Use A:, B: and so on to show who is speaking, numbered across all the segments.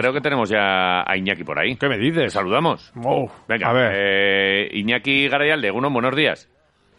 A: Creo que tenemos ya a Iñaki por ahí.
B: ¿Qué me dices?
A: Le saludamos.
B: Wow.
A: Venga,
B: a ver.
A: eh, Iñaki Garayalde, uno, buenos días.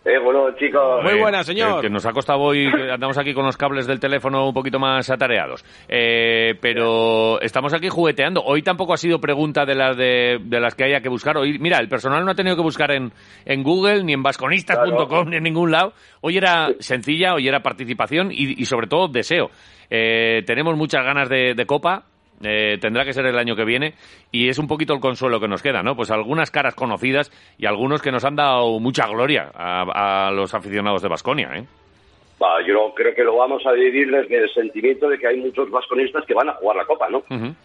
C: Eh, bueno, chicos,
B: Muy
A: Eh,
B: buenas, señor.
A: eh, que nos ha costado hoy, que andamos aquí con los cables del teléfono un poquito más atareados. Eh, pero estamos aquí jugueteando. Hoy tampoco ha sido pregunta de, las de, de las que haya que buscar. Hoy, mira, el personal no ha tenido que buscar en, en Google, ni en vasconistas.com,
C: Claro.
A: ni en ningún lado. Hoy era sencilla, hoy era participación y, y sobre todo deseo. Eh, tenemos muchas ganas de, de copa. eh, tendrá que ser el año que viene y es un poquito el consuelo que nos queda, ¿no? Pues algunas caras conocidas y algunos que nos han dado mucha gloria a, a los aficionados de Basconia, ¿eh?
C: va, yo lo- creo que lo vamos a vivir desde el sentimiento de que hay muchos vasconistas que van a jugar la Copa, ¿no?
A: Ujú.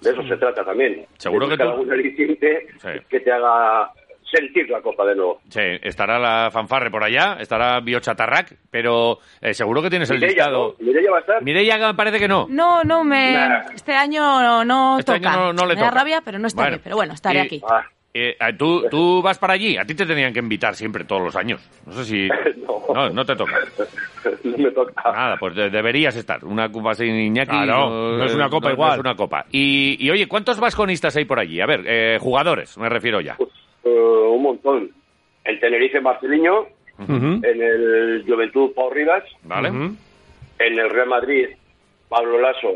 C: De eso se trata también.
A: Seguro
C: De
A: que
C: buscar
A: tú-
C: algún aliciente
A: Sí.
C: que te haga sentir la Copa de nuevo.
A: Sí, estará la fanfarre por allá, estará Biochatarrac, pero eh, seguro que tienes el
C: Mireia,
A: listado.
C: ¿no? Mireia va a estar.
A: Mireia parece que no.
D: No, no me.
C: Nah.
D: Este año no, no
A: Este
D: toca.
A: año no- no le
D: me da
A: toca.
D: rabia, pero no estaré.
A: Bueno,
D: pero bueno, estaré
A: y-
D: aquí.
C: Ah,
A: Eh, ¿tú, tú vas para allí, a ti te tenían que invitar siempre todos los años. No sé si...
C: No.
A: no, no te toca.
C: no me toca.
A: Nada, pues de- deberías estar. Una copa sin Iñaki.
B: Claro, Ah, no es una copa
A: no- no
B: igual.
A: es una copa. Y, y, oye, ¿cuántos vasconistas hay por allí? A ver, eh, jugadores, me refiero ya.
C: Pues, eh, un montón. En Tenerife, Marceliño.
B: Ujú.
C: En el Juventud, Pau Rivas.
A: ¿Vale?
B: Ujú.
C: En el Real Madrid, Pablo Lasso,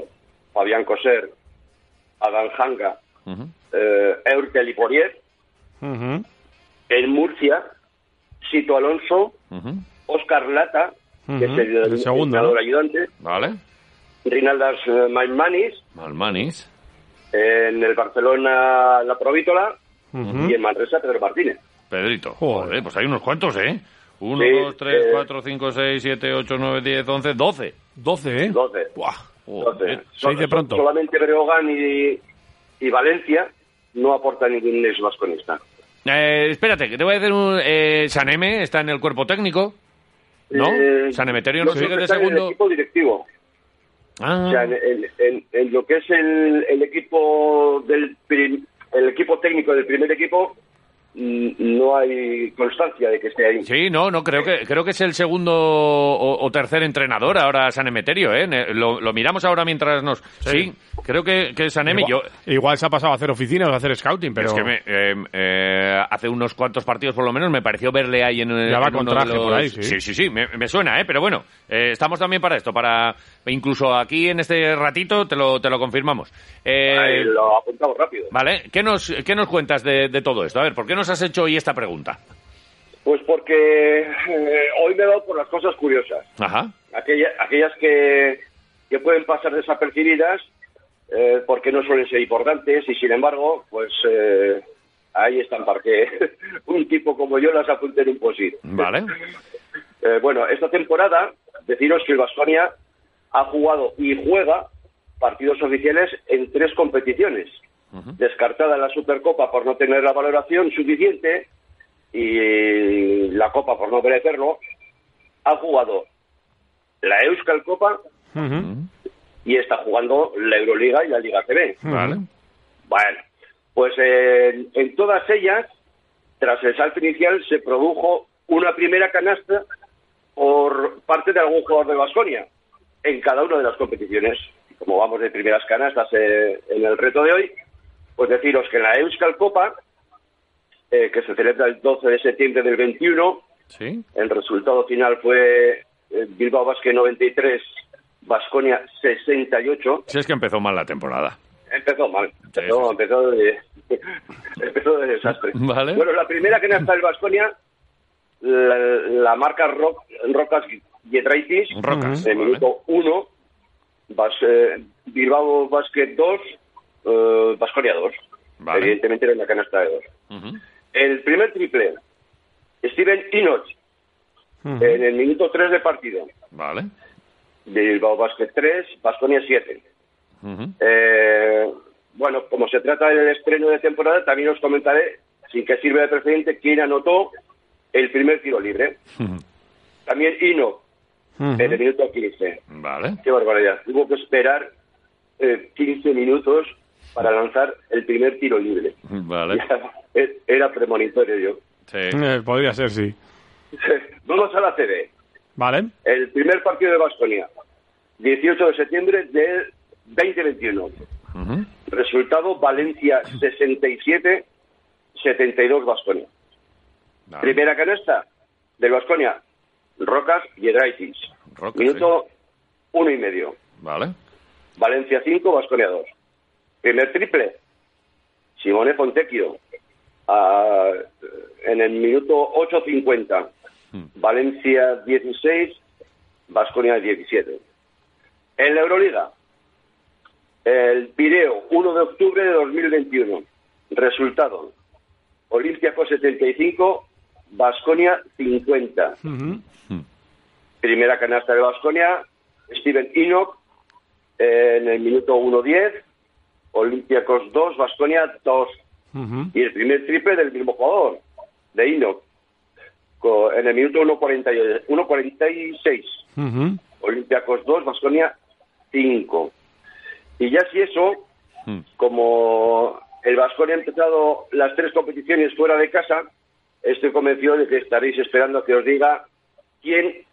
C: Fabián Coser, Adán Janga,
A: Ujú.
C: eh, Eurkel y Porier.
B: Ujú.
C: en Murcia, Sito Alonso,
A: Ujú.
C: Óscar Lata, que es el,
B: Ujú, el segundo,
C: entrenador
B: ¿no?
C: ayudante,
A: ¿Vale?
C: Rinaldas eh, Maimmanis,
A: Malmanis.
C: en el Barcelona La Provítola
B: Ujú.
C: y en Manresa Pedro Martínez.
A: Pedrito.
B: Joder.
A: Joder, pues hay unos cuantos, ¿eh? 1,
C: Sí,
A: 2, 3,
C: eh.
A: 4, 5, 6, 7, 8, 9, 10, 11, 12.
B: 12, ¿eh?
C: 12.
B: Buah.
A: Joder.
B: se dice pronto.
C: Solamente Breogán y, y Valencia no aportan ningún ex vasconista.
A: Eh, espérate, que te voy a decir un... Eh, Saneme está en el cuerpo técnico, ¿no?
C: Eh,
A: San Emeterio no
C: los
A: sigue
C: otros
A: de
C: están en
A: segundo.
C: el equipo directivo.
A: Ah,
C: O sea, en, en- en- en lo que es el, el equipo del prim- el equipo técnico del primer equipo mm, no hay constancia de que esté ahí.
A: Sí, no, no, creo que, creo que es el segundo o, o tercer entrenador ahora San Emeterio, ¿eh? Ne- Lo, lo miramos ahora mientras nos... Sí, creo que, que San Eme, yo...
B: Igual, igual se ha pasado a hacer oficinas o a hacer scouting, pero.
A: Es que me- eh, eh, hace unos cuantos partidos por lo menos me pareció verle ahí en eh,
B: Ya va
A: en
B: con
A: uno de
B: traje
A: los-
B: por ahí, sí.
A: sí, sí, sí, me, me suena, ¿eh? Pero bueno, eh, estamos también para esto, para... Incluso aquí en este ratito te lo, te lo confirmamos. Eh,
C: Ahí lo apuntamos rápido.
A: Vale, ¿qué nos, qué nos cuentas de, de todo esto? A ver, ¿por qué nos has hecho hoy esta pregunta?
C: Pues porque eh, hoy me he dado por las cosas curiosas.
A: Ajá.
C: Aquella- aquellas que, que pueden pasar desapercibidas eh, porque no suelen ser importantes y sin embargo, pues eh, ahí están para que un tipo como yo las apunte en un posit.
A: Vale.
C: Eh, bueno, esta temporada, deciros que el Baskonia ha jugado y juega partidos oficiales en tres competiciones. Descartada la Supercopa por no tener la valoración suficiente y la Copa por no merecerlo, ha jugado la Euskal Copa
B: Ujú.
C: y está jugando la Euroliga y la Liga CB.
A: Vale.
C: Bueno, pues en, en todas ellas, tras el salto inicial, se produjo una primera canasta por parte de algún jugador de Vasconia en cada una de las competiciones. Como vamos de primeras canastas eh, en el reto de hoy, pues deciros que en la Euskal Copa, eh, que se celebra el 12 de septiembre del 21,
A: Sí.
C: el resultado final fue eh, Bilbao Basque 93, Vasconia 68
A: Si es que empezó mal la temporada.
C: empezó mal.
A: sí, sí.
C: Empezó, empezó, de, empezó de desastre.
A: Vale.
C: Bueno, la primera que está el Vasconia, la, la marca Ro- Rocas Giedraitis,
A: Rocas.
C: en
A: vale.
C: minuto 1, Bilbao Basket 2, eh, Vasconia 2.
A: Vale.
C: Evidentemente era una canasta de 2.
A: Ujú.
C: El primer triple, Steven Inoch,
B: Ujú.
C: en el minuto 3 de partido,
A: Vale.
C: Bilbao Basket 3, Vasconia 7.
A: Ujú.
C: Eh, bueno, como se trata del estreno de temporada, también os comentaré, sin que sirva de precedente, quién anotó el primer tiro libre. También Hino,
B: Ujú.
C: en el minuto 15.
A: Vale.
C: Qué barbaridad. Tuvo que esperar eh, 15 minutos para lanzar el primer tiro libre. e,
A: Vale.
C: Era premonitorio yo.
A: Sí.
B: Eh, podría ser, sí.
C: Vamos a la CD.
B: Vale.
C: El primer partido de Bastonia, 18 de septiembre del 2021.
A: Ujú.
C: Resultado Valencia 67, 72 Vasconia.
A: Vale.
C: Primera canasta del Vasconia, Rocas y Edraitis.
A: Rocas,
C: Minuto uno y medio.
A: Vale.
C: Valencia 5, Vasconia 2. Primer triple, Simone Fontecchio. Ah, en el minuto 8.50, Valencia 16, Vasconia 17. En la Euroliga, el Pireo, 1 de octubre de 2021. Resultado, Olympiacos 75, Vasconia 50.
B: Ujú.
C: Primera canasta de Vasconia, Steven Enoch eh, en el minuto 1.10, Olympiacos 2, Vasconia 2.
B: Ujú.
C: Y el primer triple del mismo jugador, de Enoch, co- en el minuto 1.40 1.46,
B: Ujú.
C: Olympiacos 2, Vasconia 5. Y ya si eso,
A: Mm.
C: como el Vasconia ha empezado las tres competiciones fuera de casa, estoy convencido de que estaréis esperando a que os diga quién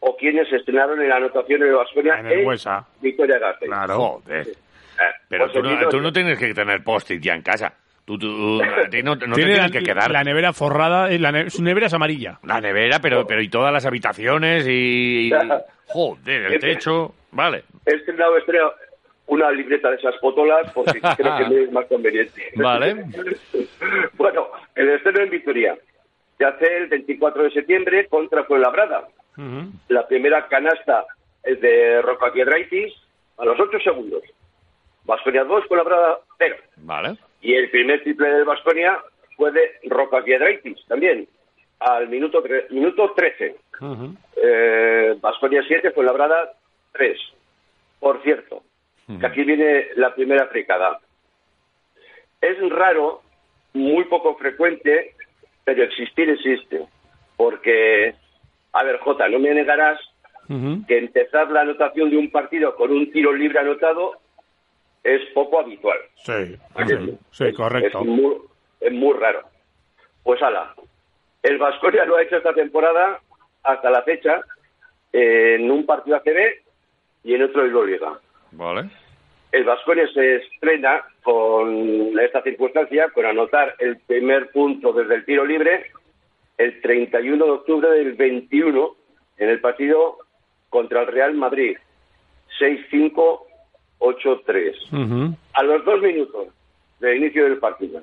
C: o quiénes estrenaron en la anotación del Vasconia
B: En el Huesa.
C: Victoria Gasteiz.
B: Claro.
A: Joder.
C: Eh,
A: Pero
C: os
A: tú no,
C: invito-
A: tú no tienes que tener post-it ya en casa. Tú, tú- a ti no, no te
B: Tiene
A: tienes
B: la,
A: que quedar.
B: la nevera forrada, eh, la ne- su nevera es amarilla.
A: La nevera, pero, pero y todas las habitaciones y... y- Joder, el techo... Vale.
C: He estrenado, he estrenado una libreta de esas potolas porque creo que me es más conveniente.
A: Vale.
C: bueno, el estreno en Victoria. Se hace el 24 de septiembre contra Fuenlabrada.
B: Ujú.
C: La primera canasta es de Roca Piedraitis a los 8 segundos. Vasconia 2, Fuenlabrada 0.
A: Vale.
C: Y el primer triple del Vasconia fue de Roca Piedraitis también al minuto, tre- minuto 13.
B: Ujú.
C: Eh, Baskonia 7, Fuenlabrada 3. Por cierto, que aquí viene la primera fricada. Es raro, muy poco frecuente, pero existir existe. Porque, a ver, Jota, no me negarás
B: Ujú.
C: que empezar la anotación de un partido con un tiro libre anotado es poco habitual.
B: Sí,
C: Oye,
B: sí, sí, correcto.
C: Es muy, es muy raro. Pues ala, el Vasconia lo ha hecho esta temporada hasta la fecha eh, en un partido ACB y en otro Euroliga.
A: Vale.
C: El Vasconia se estrena con esta circunstancia, con anotar el primer punto desde el tiro libre el 31 de octubre del 21 en el partido contra el Real Madrid. 6-5, 8-3
B: Ujú.
C: a los dos minutos del inicio del partido,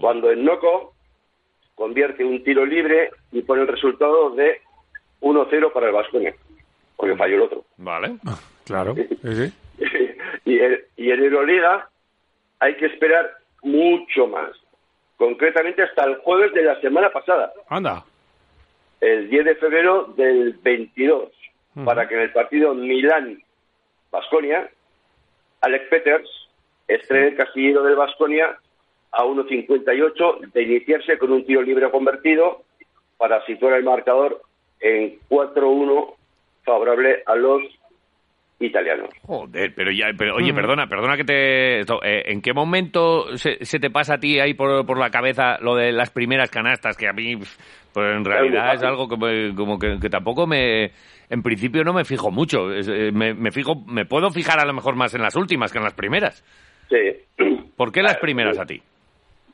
C: cuando el Noco convierte un tiro libre y pone el resultado de 1-0 para el Vasconia, porque falló el otro.
A: Vale.
B: Claro, sí, sí.
C: y, el- y en Euroliga hay que esperar mucho más, concretamente hasta el jueves de la semana pasada,
B: Anda.
C: el 10 de febrero del 22,
B: Ujú.
C: para que en el partido Milán-Basconia, Alex Peters estrene el castillero del Basconia a 1.58 de iniciarse con un tiro libre convertido para situar el marcador en 4-1 favorable a los italianos.
A: Joder, pero ya, pero oye,
B: Mm.
A: perdona, perdona que te... esto, eh, ¿En qué momento se, se te pasa a ti ahí por, por la cabeza lo de las primeras canastas? Que a mí, pf, pues en realidad es algo que, me- como que, que tampoco me... En principio no me fijo mucho. Es, eh, me, me fijo, me puedo fijar a lo mejor más en las últimas que en las primeras.
C: Sí.
A: ¿Por qué las primeras a ti?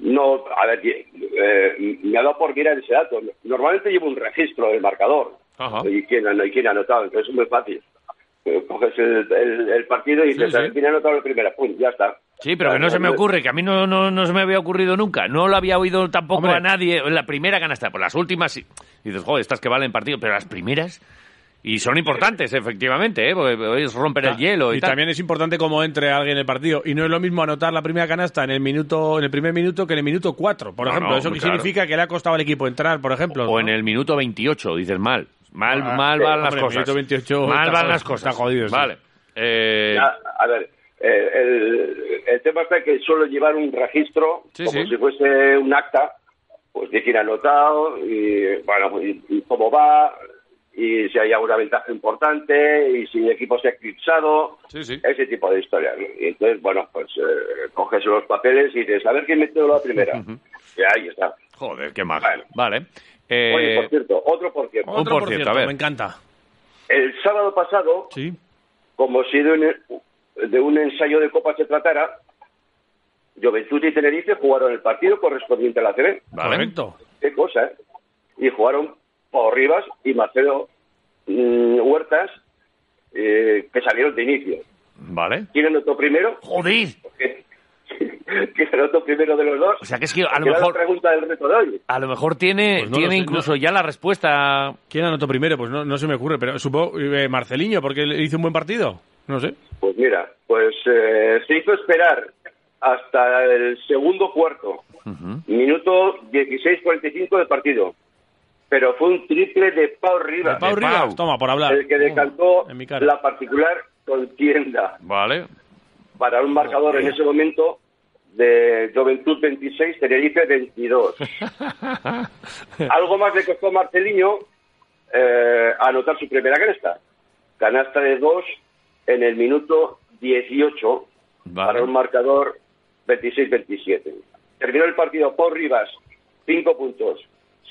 C: No, a ver, eh, me ha dado por mirar ese dato. Normalmente llevo un registro del marcador
A: Ajá.
C: y quién, ha- y quién ha anotado, entonces es muy fácil. Eh, Coges el, el- el partido y
A: Sí,
C: dices,
A: sí.
C: a ver, ¿quién ha anotado el primero? Pum, ya está. Ah,
A: Sí, pero que no se me ocurre, que a mí no, no, no se me había ocurrido nunca. No lo había oído tampoco
B: Hombre.
A: a nadie. La primera canasta, por las últimas, sí. Y dices, joder, estas que valen partido, pero las primeras. Y son importantes, efectivamente, ¿eh? porque es romper el hielo y,
B: Ah, y
A: tal.
B: también es importante cómo entre alguien en el partido. Y no es lo mismo anotar la primera canasta en el minuto, en el primer minuto que en el minuto 4, por
A: No,
B: ejemplo.
A: no,
B: Eso que
A: claro.
B: significa que le ha costado al equipo entrar, por ejemplo.
A: O en
B: ¿no?
A: el minuto 28, dices mal. Mal,
B: Ah,
A: mal van las
B: hombre,
A: cosas.
B: minuto 28
A: mal
B: está
A: van
B: jodido,
A: las cosas.
B: está jodido, sí.
A: Vale. Eh,
C: Ya, a ver, eh, el, el tema está que suelo llevar un registro
A: Sí,
C: como
A: sí.
C: si fuese un acta, pues de quién ha anotado y, bueno, y- y cómo va, y si hay alguna ventaja importante, y si el equipo se ha eclipsado,
A: sí, sí.
C: ese tipo de historias. ¿no? Y entonces, bueno, pues eh, coges los papeles y dices, a ver quién metió la primera. y ahí está.
A: Joder, qué mal.
C: Bueno.
A: Vale. Eh, oh.
C: Oye, por cierto, otro por cierto.
A: un por ciento, a ver.
B: me encanta.
C: El sábado pasado,
B: Sí.
C: e, como si de un, de un ensayo de copa se tratara, Juventud y Tenerife jugaron el partido correspondiente a la CB.
A: ¿Vale?
B: Correcto.
C: Qué cosa, ¿eh? Y jugaron por Rivas y Marcelo mm, Huertas, eh, que salieron de inicio.
A: Vale.
C: ¿Quién anotó primero?
A: ¡Joder!
C: ¿Quién anotó primero de los dos?
A: O sea, que es que a lo
C: Era la
A: mejor,
C: pregunta del reto de hoy.
A: a lo mejor tiene,
B: Pues no lo
A: tiene
B: sé,
A: incluso ya la respuesta.
B: ¿Quién anotó primero? Pues no, no se me ocurre, pero supongo eh, Marceliño, porque le hizo un buen partido. No sé.
C: Pues mira, pues eh, se hizo esperar hasta el segundo cuarto,
A: Ujú.
C: minuto 16.45 de partido. Pero fue un triple de Pau Rivas,
B: De Pau
A: Pau.
B: Rivas, toma, por hablar.
C: el que
B: Toma,
C: decantó
B: en mi cara.
C: la particular contienda
A: Vale.
C: para un marcador en ese momento de Juventud 26, Tenerife 22. Algo más le costó a Marcelinho eh, anotar su primera canasta. Canasta de dos en el minuto 18 para
A: Vale.
C: un marcador 26-27. Terminó el partido por Rivas, 5 puntos,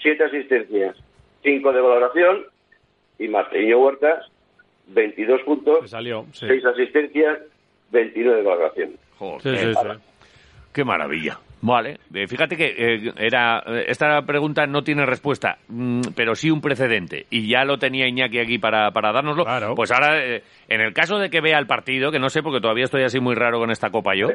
C: 7 asistencias, 5 de valoración y Marcelino Huertas, 22
B: Se
C: puntos,
B: salió, sí.
C: 6 asistencias, 29 de valoración.
B: Sí,
A: Joder.
B: sí, sí.
A: Qué maravilla. Vale, Eh, fíjate que eh, era eh, esta pregunta no tiene respuesta, mm, pero sí un precedente y ya lo tenía Iñaki aquí para, para dárnoslo.
B: Claro.
A: Pues ahora, eh, en el caso de que vea el partido, que no sé porque todavía estoy así muy raro con esta copa yo,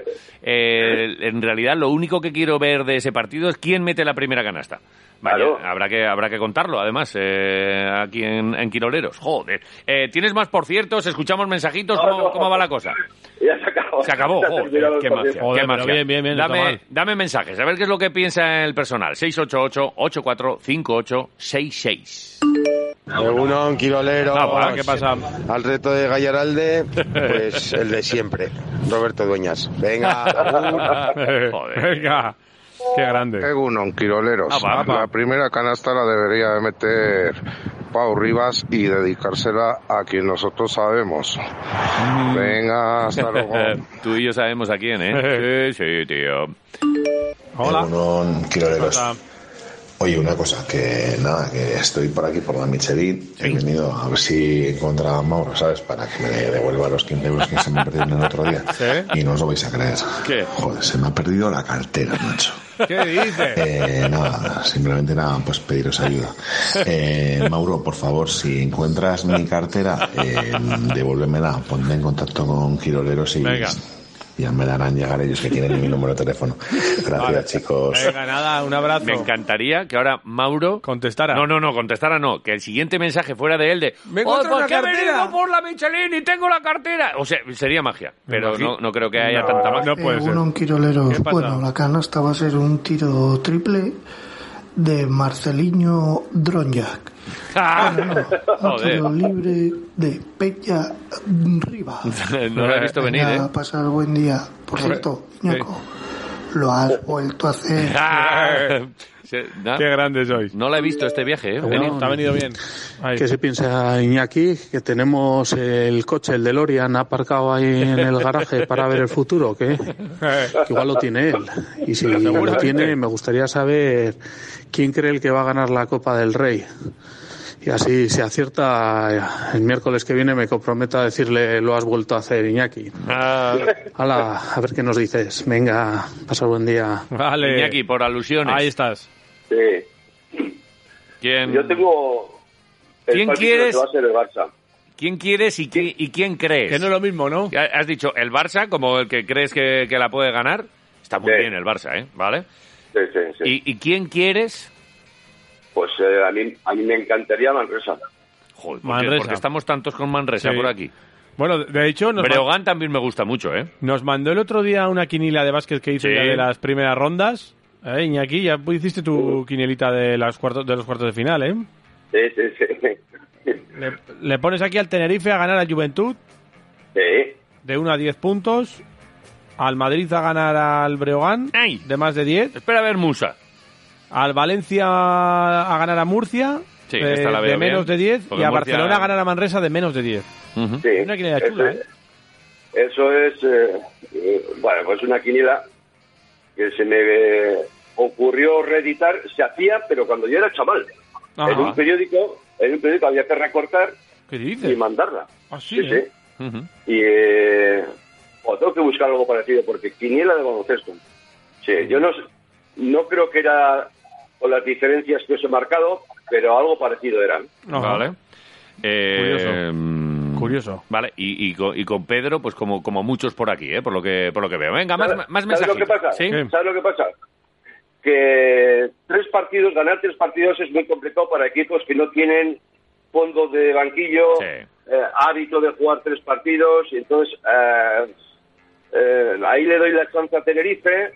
A: eh, en realidad lo único que quiero ver de ese partido es quién mete la primera canasta. Vaya,
C: Claro.
A: habrá que habrá que contarlo además eh, aquí en, en Quiroleros. Joder, Eh, tienes más por ciertos, escuchamos mensajitos,
C: No,
A: ¿cómo,
C: no.
A: cómo va la cosa?
C: Ya se acabó.
A: Se acabó.
C: Ya
A: Joder,
C: terminaron
A: qué
C: los
A: magia,
C: partidos.
B: Joder,
A: qué
B: pero
A: magia.
B: bien, bien, bien, no está
A: Dame,
B: mal.
A: dame mensajes, a ver qué es lo que piensa el personal. 688-845866.
E: Según Quirolero,
B: Ah, bueno, ¿qué pasa?
E: al reto de Gallaralde, pues el de siempre, Roberto Dueñas. Venga, agur.
A: Joder.
B: Venga, qué grande.
F: Egunon, Quiroleros.
A: Apa, apa.
F: La primera canasta la debería de meter Pau Rivas y dedicársela a quien nosotros sabemos. Venga, hasta luego.
A: Eh, Tú y yo sabemos a quién, ¿eh? Sí, sí, tío.
B: Hola.
G: Egunon, quiroleros.
B: Hola.
G: Oye, una cosa, que nada, que estoy por aquí por la Michelin. He venido a ver si encontraba a Mauro, ¿sabes? Para que me devuelva los 15 euros que se me perdieron el otro día.
B: ¿Sí?
G: Y no os lo vais a creer.
A: ¿Qué?
G: Joder, se me ha perdido la cartera, macho.
B: ¿Qué dices?
G: Eh, nada, simplemente nada, pues pediros ayuda. Eh, Mauro, por favor, si encuentras mi cartera, eh, devuélvemela, ponme en contacto con Quiroleros y
B: Venga.
G: ya me la harán llegar ellos que tienen mi número de teléfono. Gracias, chicos.
B: Venga, nada, un abrazo.
A: Me encantaría que ahora Mauro...
B: Contestara.
A: No, no, no, contestara no. Que el siguiente mensaje fuera de él de...
B: Me
A: "Oh,
B: encuentro
A: ¿por
B: una
A: qué he
B: cartera".
A: venido por la Michelin y tengo la cartera? O sea, sería magia. Pero
B: imagino.
A: no, no creo que haya
B: No,
A: tanta magia.
B: Ah, no puede ser.
H: Egunon, Quiroleros.
B: ¿Qué pasa?
H: Bueno, la canasta va a ser un tiro triple de Marceliño Dronjak. Un
A: Ah, Joder.
H: tiro libre de Peña Riva.
A: No lo he visto venir, ¿eh?
H: Venga, pasar buen día. Por cierto, Iñaco, lo has vuelto a hacer.
A: Ah, se- na-
B: Qué grande sois.
A: No la he visto este viaje, ¿eh?
B: Bueno, te ha venido bien. Ahí.
I: ¿Qué se piensa Iñaki? Que tenemos el coche, el DeLorean, aparcado ahí en el garaje para ver el futuro, ¿qué? Que Igual lo tiene él. Y si lo
B: Seguramente.
I: tiene, me gustaría saber quién cree el que va a ganar la Copa del Rey. Y así, si acierta, el miércoles que viene me comprometo a decirle lo has vuelto a hacer, Iñaki.
A: Ah,
I: Hala, a ver qué nos dices. Venga, pasa buen día.
B: Vale.
A: Iñaki, por alusiones.
B: Ahí estás.
C: Sí.
A: ¿Quién,
C: Yo tengo. el
A: Em, ¿Quién
C: partido
A: quieres?
C: que va a ser el Barça.
A: ¿Quién quieres y, qui- y quién crees?
B: Que no es lo mismo, ¿no?
A: Ha- Has dicho el Barça como el que crees que, que la puede ganar. Está muy
C: Sí.
A: bien el Barça, ¿eh? ¿Vale?
C: Sí, sí, sí.
A: ¿Y, y quién quieres?
C: Pues eh, a, mí, a mí me encantaría Manresa.
A: Joder, porque-
B: Manresa.
A: porque estamos tantos con Manresa
B: Sí.
A: por aquí.
B: Bueno, de hecho, nos, ma-
A: Breogán también me gusta mucho, ¿eh?
B: nos mandó el otro día una quinila de básquet que hizo
A: Sí.
B: ya de las primeras rondas. Eh, Iñaki, ya hiciste
A: Uh.
B: tu quinelita de, las cuartos, de los cuartos de final, ¿eh?
C: Sí, sí, sí.
B: Le, le pones aquí al Tenerife a ganar a Juventud
C: Sí.
B: de 1 a 10 puntos. Al Madrid a ganar al Breogán
A: ¡Ay!
B: de más de 10.
A: Espera a ver Musa.
B: Al Valencia a ganar a Murcia
A: Sí,
B: eh,
A: esta la
B: de
A: veo
B: menos
A: bien,
B: de 10.
A: porque
B: Y a
A: Murcia-
B: Barcelona a ganar a Manresa de menos de 10.
A: Ujú.
C: sí.
B: Es una quinela chula,
C: Eso-
B: ¿eh?
C: Eso es, eh, eh, bueno, pues una quiniela que se me eh, ocurrió reeditar, se hacía, pero cuando yo era chaval. En
B: Ajá.
C: un periódico, en un periódico había que recortar
B: ¿Qué
C: y
B: dices?
C: mandarla.
B: Así,
C: Sí,
B: ¿eh?
C: sí. Y eh, o tengo que buscar algo parecido, porque quiniela de baloncesto. Sí, yo no, s- no creo que era con las diferencias que os he marcado, pero algo parecido eran.
B: Ajá.
A: Vale. Eh, mm,
B: Curioso.
A: Vale, y, y con, y con Pedro, pues como, como muchos por aquí, ¿eh? por, lo que, por lo que veo. Venga, más,
C: ¿Sabes-
A: más
C: ¿Sabes
A: mensajes.
C: lo que pasa?
A: ¿Sí?
C: ¿Sabes lo que pasa? Que tres partidos, ganar tres partidos es muy complicado para equipos que no tienen fondo de banquillo,
A: Sí.
C: eh, hábito de jugar tres partidos, y entonces eh, eh, ahí le doy la chance a Tenerife, eh,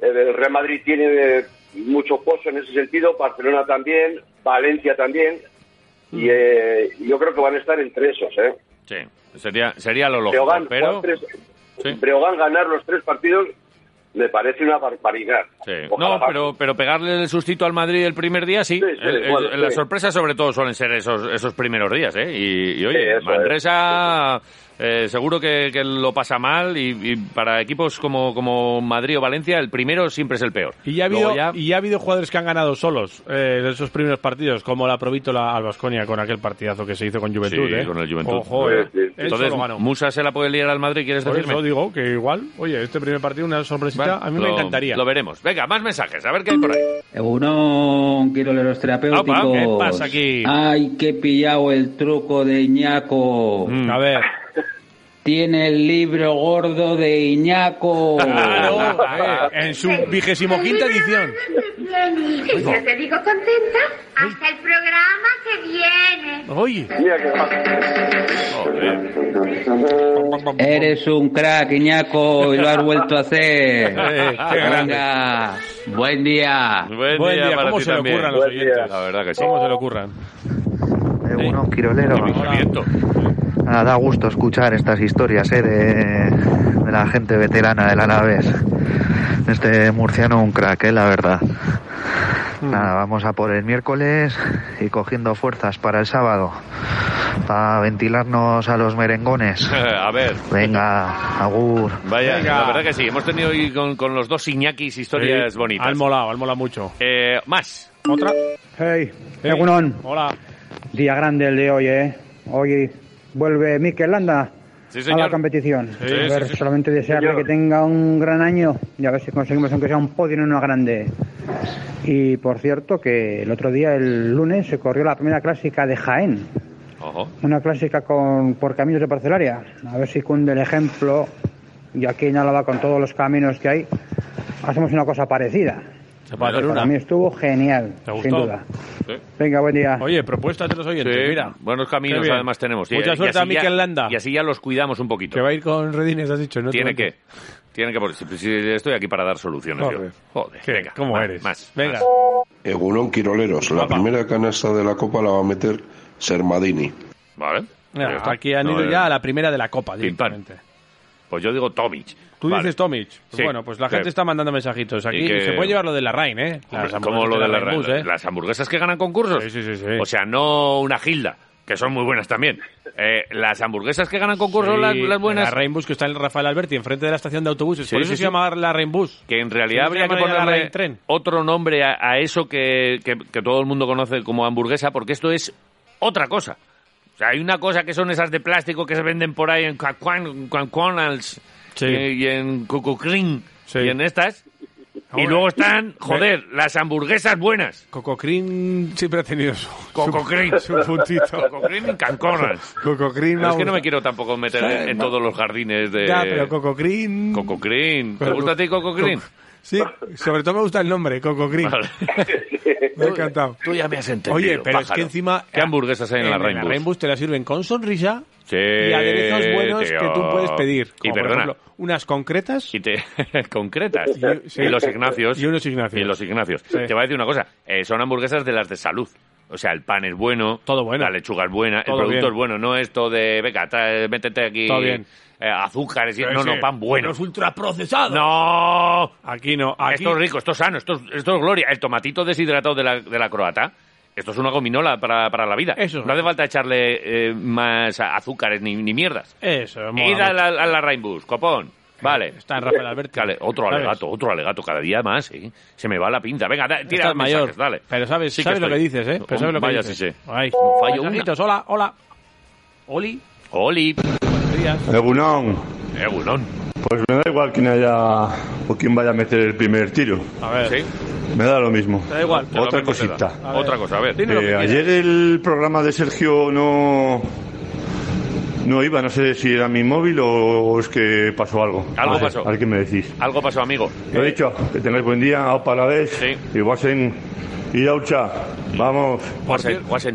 C: el Real Madrid tiene eh, mucho pozo en ese sentido, Barcelona también, Valencia también,
A: Mm.
C: y eh, yo creo que van a estar entre esos, ¿eh?
A: Sí, sería, sería lo lógico.
C: Breogán,
A: pero...
C: jugar tres-
A: Sí.
C: Breogán ganar los tres partidos me parece una barbaridad.
A: Sí.
C: Ojalá.
A: No, pero, pero pegarle el sustito al Madrid el primer día, sí.
C: Sí, sí,
A: El- el-
C: bueno,
A: Las
C: sí.
A: sorpresas sobre todo suelen ser esos, esos primeros días, ¿eh? Y, y,
C: Sí,
A: oye,
C: eso
A: Manresa eh, seguro que, que lo pasa mal y, y para equipos como, como Madrid o Valencia el primero siempre es el peor.
B: Y ya, ha
A: Luego ya-
B: habido, y ya ha habido jugadores que han ganado solos eh, en esos primeros partidos, como la Provítola al Vasconia con aquel partidazo que se hizo con Juventud.
A: Sí,
B: ¿eh?
A: con el Juventud.
B: Ojo,
C: Sí,
B: eh.
C: sí.
B: Él
A: Entonces,
B: solo ganó.
A: Musa se la puede liar al Madrid, ¿quieres
B: Por
A: decirme?
B: eso digo que igual, oye, este primer partido, una sorpresita,
A: Vale,
B: a mí me
A: lo-
B: encantaría.
A: Lo veremos. Venga, más mensajes, a ver qué hay por ahí.
J: Egunon, quiero los terapéuticos.
A: Opa, ¿qué pasa aquí?
J: Ay, que he pillado el truco de Iñaco.
B: Mm. A ver.
J: Tiene el libro gordo de
A: Oh.
J: Iñaco.
B: Claro, a ver, en su vigésimo quinta edición.
K: Yo Pues te digo contenta hasta el programa que viene.
B: Oye,
C: Mira qué fácil.
A: Oh,
J: Eres un crack, Iñaco, y lo has vuelto a hacer.
B: Eh, qué grande.
J: Venga, buen día.
A: Buen,
B: Buen día,
A: para
B: ¿cómo
A: ti
B: se le
A: también.
B: ocurran los
C: Buen día.
B: oyentes?
A: La verdad que sí.
B: ¿Cómo se le ocurran?
L: Unos quiroleros.
A: Qué viento.
L: Eh, Nada, da gusto escuchar estas historias eh, de, de la gente veterana del Alavés. Este murciano un crack, eh, la verdad. Nada, vamos a por el miércoles y cogiendo fuerzas para el sábado. Para ventilarnos a los merengones.
A: a ver.
L: Venga, agur.
A: Vaya,
B: Venga.
A: la verdad que sí. Hemos tenido hoy con, con los dos Iñakis historias
B: Sí,
A: bonitas.
B: Eh, Han molado, han molado mucho.
A: Eh, más.
B: ¿Otra?
M: Hey,
B: Eh,
M: Egunon,
B: Hola.
M: día grande el de hoy, ¿eh? Hoy vuelve Mikel Landa
A: Sí,
M: a
A: señor.
M: la competición.
A: Sí,
M: A
A: sí,
M: ver,
A: sí.
M: solamente desearle
C: Señor.
M: que tenga un gran año y a ver si conseguimos aunque sea un podio en una grande. Y por cierto que el otro día, el lunes, se corrió la primera clásica de Jaén,
A: Ojo.
M: una clásica con, por caminos de parcelaria. A ver si cunde el ejemplo, y aquí en Álava con todos los caminos que hay, hacemos una cosa parecida.
B: Se puede hacer
M: Para
B: una.
M: mí estuvo genial,
B: ¿Te
M: sin
B: gustó?
M: duda. Ah.
A: Sí.
M: Venga, buen día.
B: Oye, propuestas de los oyentes,
A: Sí,
B: mira.
A: Buenos
B: Qué
A: caminos
B: bien.
A: además tenemos. Sí,
B: Mucha
A: y
B: suerte a
A: así ya-
B: Mikel Landa.
A: Y así ya los cuidamos un poquito.
B: Que va a ir con Redines, has dicho, ¿no?
A: Tiene que. Tiene que. por- Si, si estoy aquí para dar soluciones. yo.
B: Joder.
A: Joder,
B: ¿Qué?
A: venga.
B: ¿Cómo
A: más,
B: eres?
A: Más.
B: Venga.
A: más.
F: Egunon Quiroleros, la primera canasta de la Copa la va a meter Sermadini.
A: Vale.
B: Mira,
A: Ya está.
B: aquí han
A: No,
B: ido
A: eh,
B: ya a la primera de la Copa
A: Pim, pam.
B: directamente.
A: Pues yo digo Tomic.
B: Tú
A: Vale.
B: dices Tomic. Pues
A: Sí.
B: Bueno, pues la
A: Sí.
B: gente está mandando mensajitos aquí.
A: Y que-
B: Se puede llevar lo de la Rain, ¿eh?
A: Hombre,
B: Las
A: como lo de la- Pues
B: hamburguesas Rain Bus, ¿eh?
A: las hamburguesas que ganan concursos.
B: Sí, sí, sí, sí.
A: O sea, no una gilda, que son muy buenas también. Eh, las hamburguesas que ganan concursos,
B: Sí,
A: pues las, las buenas.
B: La Rainbus que está en el Rafael Alberti, enfrente de la estación de autobuses.
A: Sí,
B: Por eso
A: sí,
B: se
A: sí.
B: llama la Rainbus.
A: Que en realidad
B: Sí,
A: habría que
B: se llama ya la
A: ponerle
B: Rain Tren.
A: otro nombre a, a eso que, que- que todo el mundo conoce como hamburguesa, porque esto es otra cosa. O sea, hay una cosa que son esas de plástico que se venden por ahí en McDonald's
B: Sí.
A: y, y en Cucucrín
B: Sí.
A: y en estas. Y luego están, joder, las hamburguesas buenas.
B: Cococrin siempre ha tenido su,
A: Cococrin.
B: su puntito.
A: Cococrín y Canconas.
B: Cococrin,
A: Pero es que
B: vamos.
A: no me quiero tampoco meter en, en todos los jardines de
B: Ya, pero Cococrin...
A: este, Coco Green. ¿Te
B: Coco-
A: gusta a ti Coco Green?
B: Coco- Sí, sobre todo me gusta el nombre, Cococrin.
A: Vale.
B: Me ha encantado.
A: Tú ya me has entendido.
B: Oye, pero es
A: pájaro.
B: que encima...
A: ¿Qué hamburguesas hay en, la Rainbow?
B: Rainbus te la sirven con sonrisa
A: Sí,
B: y aderezos buenos
A: tío.
B: que tú puedes pedir.
A: Y
B: Como, por
A: perdona.
B: ejemplo, unas concretas...
A: y te- concretas.
B: Y- sí.
A: Y los Ignacios.
B: Y unos Ignacios.
A: Y los Ignacios.
B: Sí.
A: Te voy a decir una cosa. eh, son hamburguesas de las de salud. O sea, el pan es bueno.
B: Todo bueno.
A: La lechuga es buena.
B: Todo
A: el producto
B: bien.
A: es bueno. No esto de, venga, trae- métete aquí.
B: Todo bien.
A: eh, azúcares. y-
B: Sí,
A: no,
B: sí.
A: no, pan bueno.
B: Los ultraprocesados.
A: No.
B: Aquí no, aquí...
A: Esto es rico, esto es sano, esto es, esto es gloria. El tomatito deshidratado de la, de la croata. Esto es una gominola para, para la vida.
B: Eso.
A: No hace falta echarle eh, más a- azúcares ni, ni mierdas.
B: Eso, mola
A: Id a
B: mucho.
A: la, a la Rainbows, copón. Vale.
B: Eh, Está en Rafael Alberti.
A: Cale- otro
B: ¿Sabes?
A: alegato, otro alegato. Cada día más, ¿eh? Se me va la pinza. Venga, da- tira
B: Estás
A: mensajes,
B: mayor.
A: dale.
B: Pero sabes,
A: Sí que
B: sabes lo que
A: estoy.
B: dices, ¿eh? Pero sabes lo que
A: Vaya,
B: dices.
A: sí, sí.
B: Ay,
A: No fallo
B: mensajitos, hola, hola. Oli,
A: Oli,
B: buenos días.
N: Egunón,
A: Egunon.
N: Pues me da igual quién haya o quién vaya a meter el primer tiro.
A: A ver. Sí.
N: Me da lo mismo.
A: Da igual. Te lo
N: Otra
A: mismo te da.
N: cosita.
A: A ver. Otra cosa, a ver. Dime lo que
N: Eh,
A: quieras.
N: ayer el programa de Sergio no no iba, no sé si era mi móvil o es que pasó algo.
A: Algo
N: A ver,
A: pasó.
N: A ver qué me decís.
A: Algo pasó, amigo.
N: Lo he dicho, que tengáis buen día, a para la vez. Y vas en Iraucha. Vamos.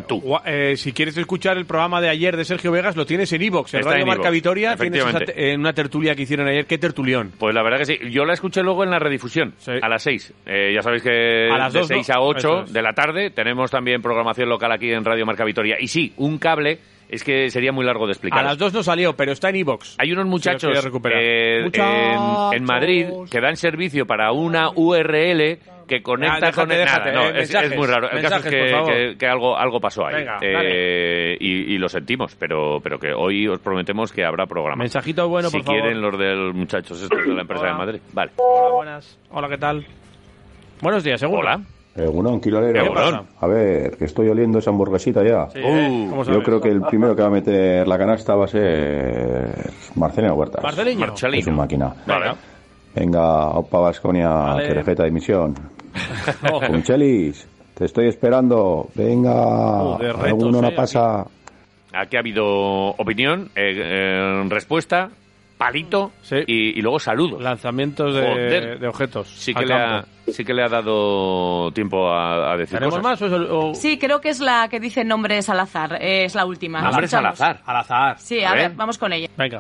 A: tú.
B: eh, si quieres escuchar el programa de ayer de Sergio Vegas, lo tienes en Evox, en
A: Está
B: Radio
A: en
B: Marca
A: iVoox,
B: Vitoria. Tienes esa
A: efectivamente.
B: te- en una tertulia que hicieron ayer. ¿Qué tertulión?
A: Pues la verdad que sí. Yo la escuché luego en la redifusión, a las 6. ya sabéis que
B: A las
A: de
B: dos, ¿no?
A: 6 a 8
B: Eso es.
A: de la tarde tenemos también programación local aquí en Radio Marca Vitoria. Y sí, un cable es que sería muy largo de explicar.
B: A las dos no salió, pero está en Evox.
A: Hay unos
B: Si lo
A: muchachos
B: quieres recuperar.
A: eh,
B: Muchachos.
A: En, en Madrid que dan servicio para una URL que conecta
B: Ah, déjate,
A: con el- nada,
B: déjate, eh,
A: no, es,
B: mensajes,
A: es muy raro. El caso es
B: mensajes, por favor.
A: que, que- que algo, algo pasó ahí.
B: Venga,
A: Eh, y, y lo sentimos, pero, pero que hoy os prometemos que habrá programa.
B: Mensajito bueno,
A: si
B: por favor.
A: quieren los de los muchachos estos de la empresa de Madrid. Vale.
B: Hola, buenas. Hola, ¿qué tal? Buenos días, seguro. Hola.
O: Egunon, Kilolero.
B: Egunon.
O: A ver, que estoy oliendo esa hamburguesita ya.
B: Sí,
A: Uh.
B: ¿eh? ¿Cómo
O: Yo
B: sabes?
O: creo que el primero que va a meter la canasta va a ser Marcelino Huertas.
B: Marcelino. Marcelino.
O: Es un máquina.
A: Vale.
O: Venga, opa Vasconia,
B: Vale.
O: terceta de misión. Punchelis, te estoy esperando. Venga,
A: Joder, retos,
O: alguno
A: eh,
O: no pasa.
A: Aquí ha habido opinión, eh, eh, respuesta, palito y, y luego saludos.
B: Lanzamientos de,
A: Joder.
B: de objetos.
A: Sí
B: al
A: que, le ha,
B: campo.
A: sí que le ha dado tiempo a, a decir
B: ¿Tenemos
A: cosas.
B: más? o es el- o-
D: Sí, creo que es la que dice nombres al azar. eh, es la última. ¿La
A: Nombres al
D: escuchamos?
A: azar.
B: Al azar.
D: Sí, a ver, vamos con ella.
B: Venga.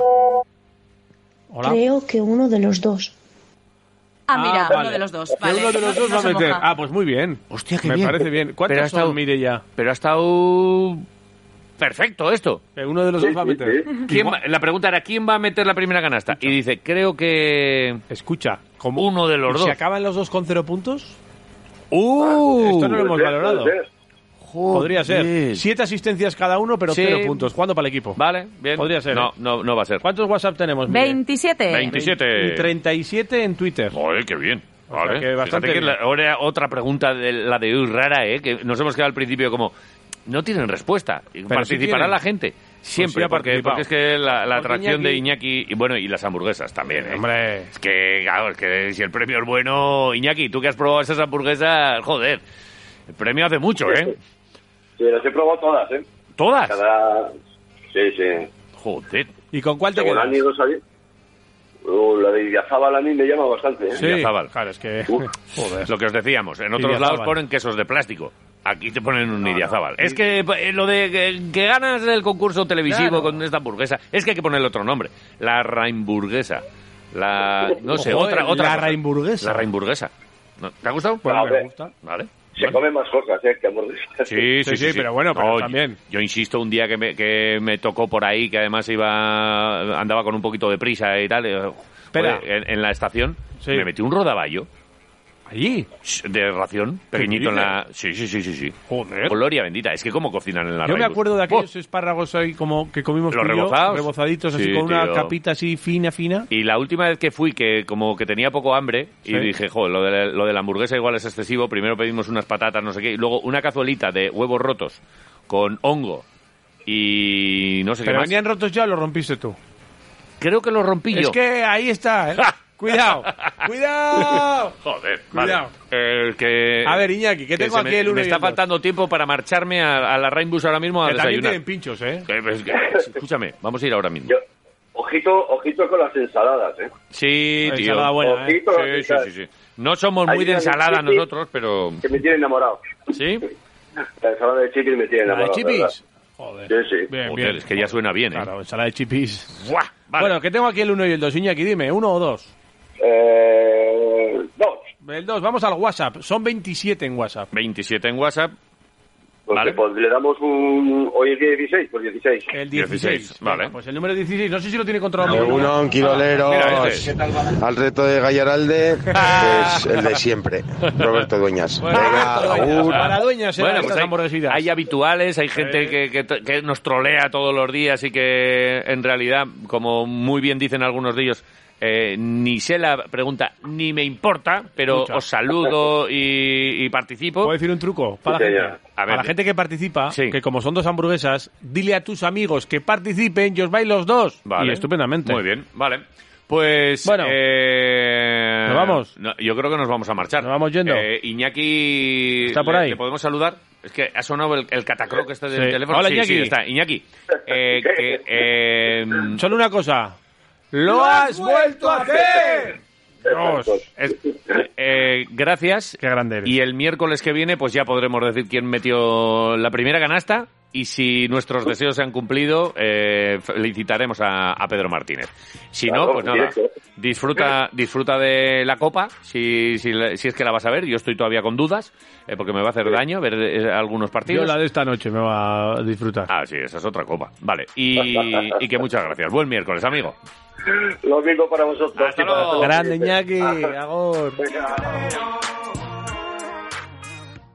P: Creo que uno de los dos.
D: Ah, mira,
B: Ah,
D: uno
B: vale.
D: de los dos.
B: Que
D: Vale.
B: uno de los dos
D: No
B: va a
D: se
B: meter.
D: moja.
B: Ah, pues muy bien. Hostia,
A: qué
B: Me
A: bien.
B: parece bien. ¿Cuántos
A: Pero ha estado-
B: son, Mireia?
A: Pero ha estado perfecto esto.
B: Eh, Uno de los dos va a meter.
A: ¿Quién va- la pregunta era, ¿quién va a meter la primera canasta? Y dice, creo que...
B: Escucha, como
A: uno de los
B: ¿Y
A: dos.
B: ¿Se acaban los dos con cero puntos?
A: ¡Uh!
B: Ah, Esto no lo hemos
A: Puede ser,
B: valorado.
A: puede ser.
B: Podría
A: Joder.
B: ser. Siete asistencias cada uno, pero
A: Sí.
B: cero puntos. ¿Cuándo para el equipo?
A: Vale, bien.
B: Podría ser. ¿eh?
A: No, no, no va a ser.
B: ¿Cuántos WhatsApp tenemos? Miguel?
D: 27.
A: 27.
B: Y 37 en Twitter.
A: Joder, qué bien.
B: sea
A: Vale.
B: que
A: Fíjate
B: bastante
A: que
B: bien.
A: la- ahora otra pregunta de la de hoy rara, ¿eh? Que nos hemos quedado al principio como... No tienen respuesta. Y
B: Pero sí
A: Participará
B: tienen. Pues
A: la gente. Siempre,
B: sí ha
A: porque,
B: participado.
A: porque es que la, la
B: Porque
A: atracción de Iñaki... Y bueno, y las hamburguesas también, ¿eh?
B: Hombre.
A: Es que, claro, es que si el premio es bueno... Iñaki, tú que has probado esas hamburguesas, joder. El premio hace mucho, ¿eh?
C: Sí, las he probado todas, ¿eh?
A: ¿Todas?
C: Cada... Sí, sí.
A: Joder.
B: ¿Y con cuál te
C: Según
B: quedas?
C: han ido saliendo. Uh, la de Idiazábal a mí me llama bastante. ¿eh?
A: Sí. Idiazábal.
B: Claro, es que... Joder.
A: Lo que os decíamos, en otros
B: Idiazábal.
A: lados ponen quesos de plástico. Aquí te ponen un idiazábal. Es que eh, lo de que, que ganas el concurso televisivo con esta hamburguesa, es que hay que ponerle otro nombre. La raimburguesa. La... no sé,
B: Joder,
A: otra, otra
B: eh, la
A: cosa.
B: raimburguesa.
A: La raimburguesa. ¿No? ¿Te ha gustado?
C: Pues me
A: gusta. Vale.
C: Se comen más cosas, ¿eh? Que hamburguesas.
A: Sí, sí, sí,
B: pero bueno, pero
A: yo-
B: también.
A: Yo insisto, un día que me, que me tocó por ahí, que además iba andaba con un poquito de prisa y tal, eh, joder,
B: Espera.
A: en, en la estación, me metí un rodaballo.
B: ¿Allí?
A: De ración,
B: ¿Qué
A: pequeñito en
B: dices?
A: la... Sí, sí, sí, sí, sí.
B: Joder.
A: Gloria bendita, es que como cocinan en la Oh,
B: Yo me
A: Raibus.
B: acuerdo de aquellos espárragos ahí como que comimos
A: Los
B: tú y yo,
A: rebozados.
B: rebozaditos así
A: Sí,
B: con una
A: tío.
B: capita así fina, fina.
A: Y la última vez que fui, que como que tenía poco hambre,
B: Sí.
A: y dije, joder, lo de, lo de la hamburguesa igual es excesivo, primero pedimos unas patatas, no sé qué, y luego una cazuelita de huevos rotos con hongo y no sé
B: ¿Pero
A: qué más.
B: venían rotos ya o los rompiste tú?
A: Creo que los rompí
B: Es
A: yo.
B: que ahí está, ¿eh? Cuidado, cuidado.
A: Joder, vale.
B: Cuidado.
A: Eh, que-
B: A ver, Iñaki, que
A: que
B: tengo
A: se
B: aquí
A: me,
B: el uno
A: me
B: y
A: está
B: el dos.
A: faltando tiempo para marcharme a, a la Rainbus ahora mismo a
B: Que también
A: desayunar.
B: tienen pinchos, ¿eh?
A: Eh, pues, que- escúchame, vamos a ir ahora mismo.
C: Ojito, ojito con las ensaladas, ¿eh?
A: Sí, tío.
C: Ensalada buena,
A: Sí,
C: ¿eh?
A: sí, sí, sí. No somos
C: Hay
A: muy de
C: una de
A: ensalada
C: chipi
A: nosotros, pero...
C: Que me tiene enamorado.
A: ¿Sí?
C: La ensalada de chipis me tiene
B: ¿La de
C: enamorado.
B: chipis?
C: ¿verdad?
B: Joder.
C: Sí, sí.
A: Joder, es que ya suena bien, ¿eh?
B: Claro, ensalada de chipis.
A: Buah,
B: Bueno, que tengo aquí el 1 y el 2. Iñaki, dime, ¿uno o dos?
C: Eh, dos.
B: El 2, vamos al WhatsApp. Son 27 en WhatsApp.
A: 27 en WhatsApp.
C: Pues,
B: Vale.
C: que, pues le damos un... Hoy es día 16, pues 16.
A: Eh.
B: El
A: 16, vale.
B: Pues el número 16, no sé si lo tiene controlado.
E: Egunon,
B: Mira,
E: quiroleros.
B: este.
E: Al reto de Gallaralde, pues el de siempre. Roberto Dueñas. Venga, agur.
B: Para dueñas,
A: Ah. Bueno, pues hay-
B: hamburguesitas.
A: Hay habituales, hay gente que, que t- que nos trolea todos los días y que en realidad, como muy bien dicen algunos de ellos, eh, ni sé la pregunta ni me importa, pero
B: Muchas. Pues
A: os saludo y, y participo.
B: ¿Puedo decir un truco? Para, la
A: Sí,
B: gente,
A: señor. A ver,
B: para la
A: di-
B: gente que participa, que como son dos hamburguesas, dile a tus amigos que participen y os vais los dos.
A: Vale.
B: Y estupendamente.
A: Muy bien, vale. Pues.
B: Bueno.
A: eh,
B: ¿Nos vamos?
A: no, yo creo que nos vamos a marchar.
B: ¿Nos vamos yendo?
A: Eh, Iñaki.
B: ¿Está por
A: le-
B: ahí?
A: ¿Le podemos saludar? Es que ha sonado el, el catacroc este del
B: Sí.
A: teléfono.
B: Hola,
A: Sí,
B: Iñaki.
A: sí, está. Iñaki. Eh, que, eh,
B: Solo una cosa.
A: ¡Lo has vuelto a hacer!
B: Dios.
A: es- eh, gracias.
B: Qué grande eres.
A: Y el miércoles que viene, pues ya podremos decir quién metió la primera canasta. Y si
B: Uh.
A: nuestros deseos se han cumplido, eh, felicitaremos a, a Pedro Martínez. Si no,
C: Claro,
A: pues nada,
C: directo.
A: disfruta, disfruta de la copa, si, si, la- si es que la vas a ver. Yo estoy todavía con dudas, eh, porque me va a hacer daño ver eh, algunos
B: Yo
A: partidos.
B: la de esta noche me va a disfrutar.
A: Ah, sí, esa es otra copa. Vale, y, y que muchas gracias. Buen miércoles, amigo.
C: Lo mismo para vosotros.
A: Hasta luego.
B: Grande Iñaki,
C: Ajá.
B: Agor.
C: Venga.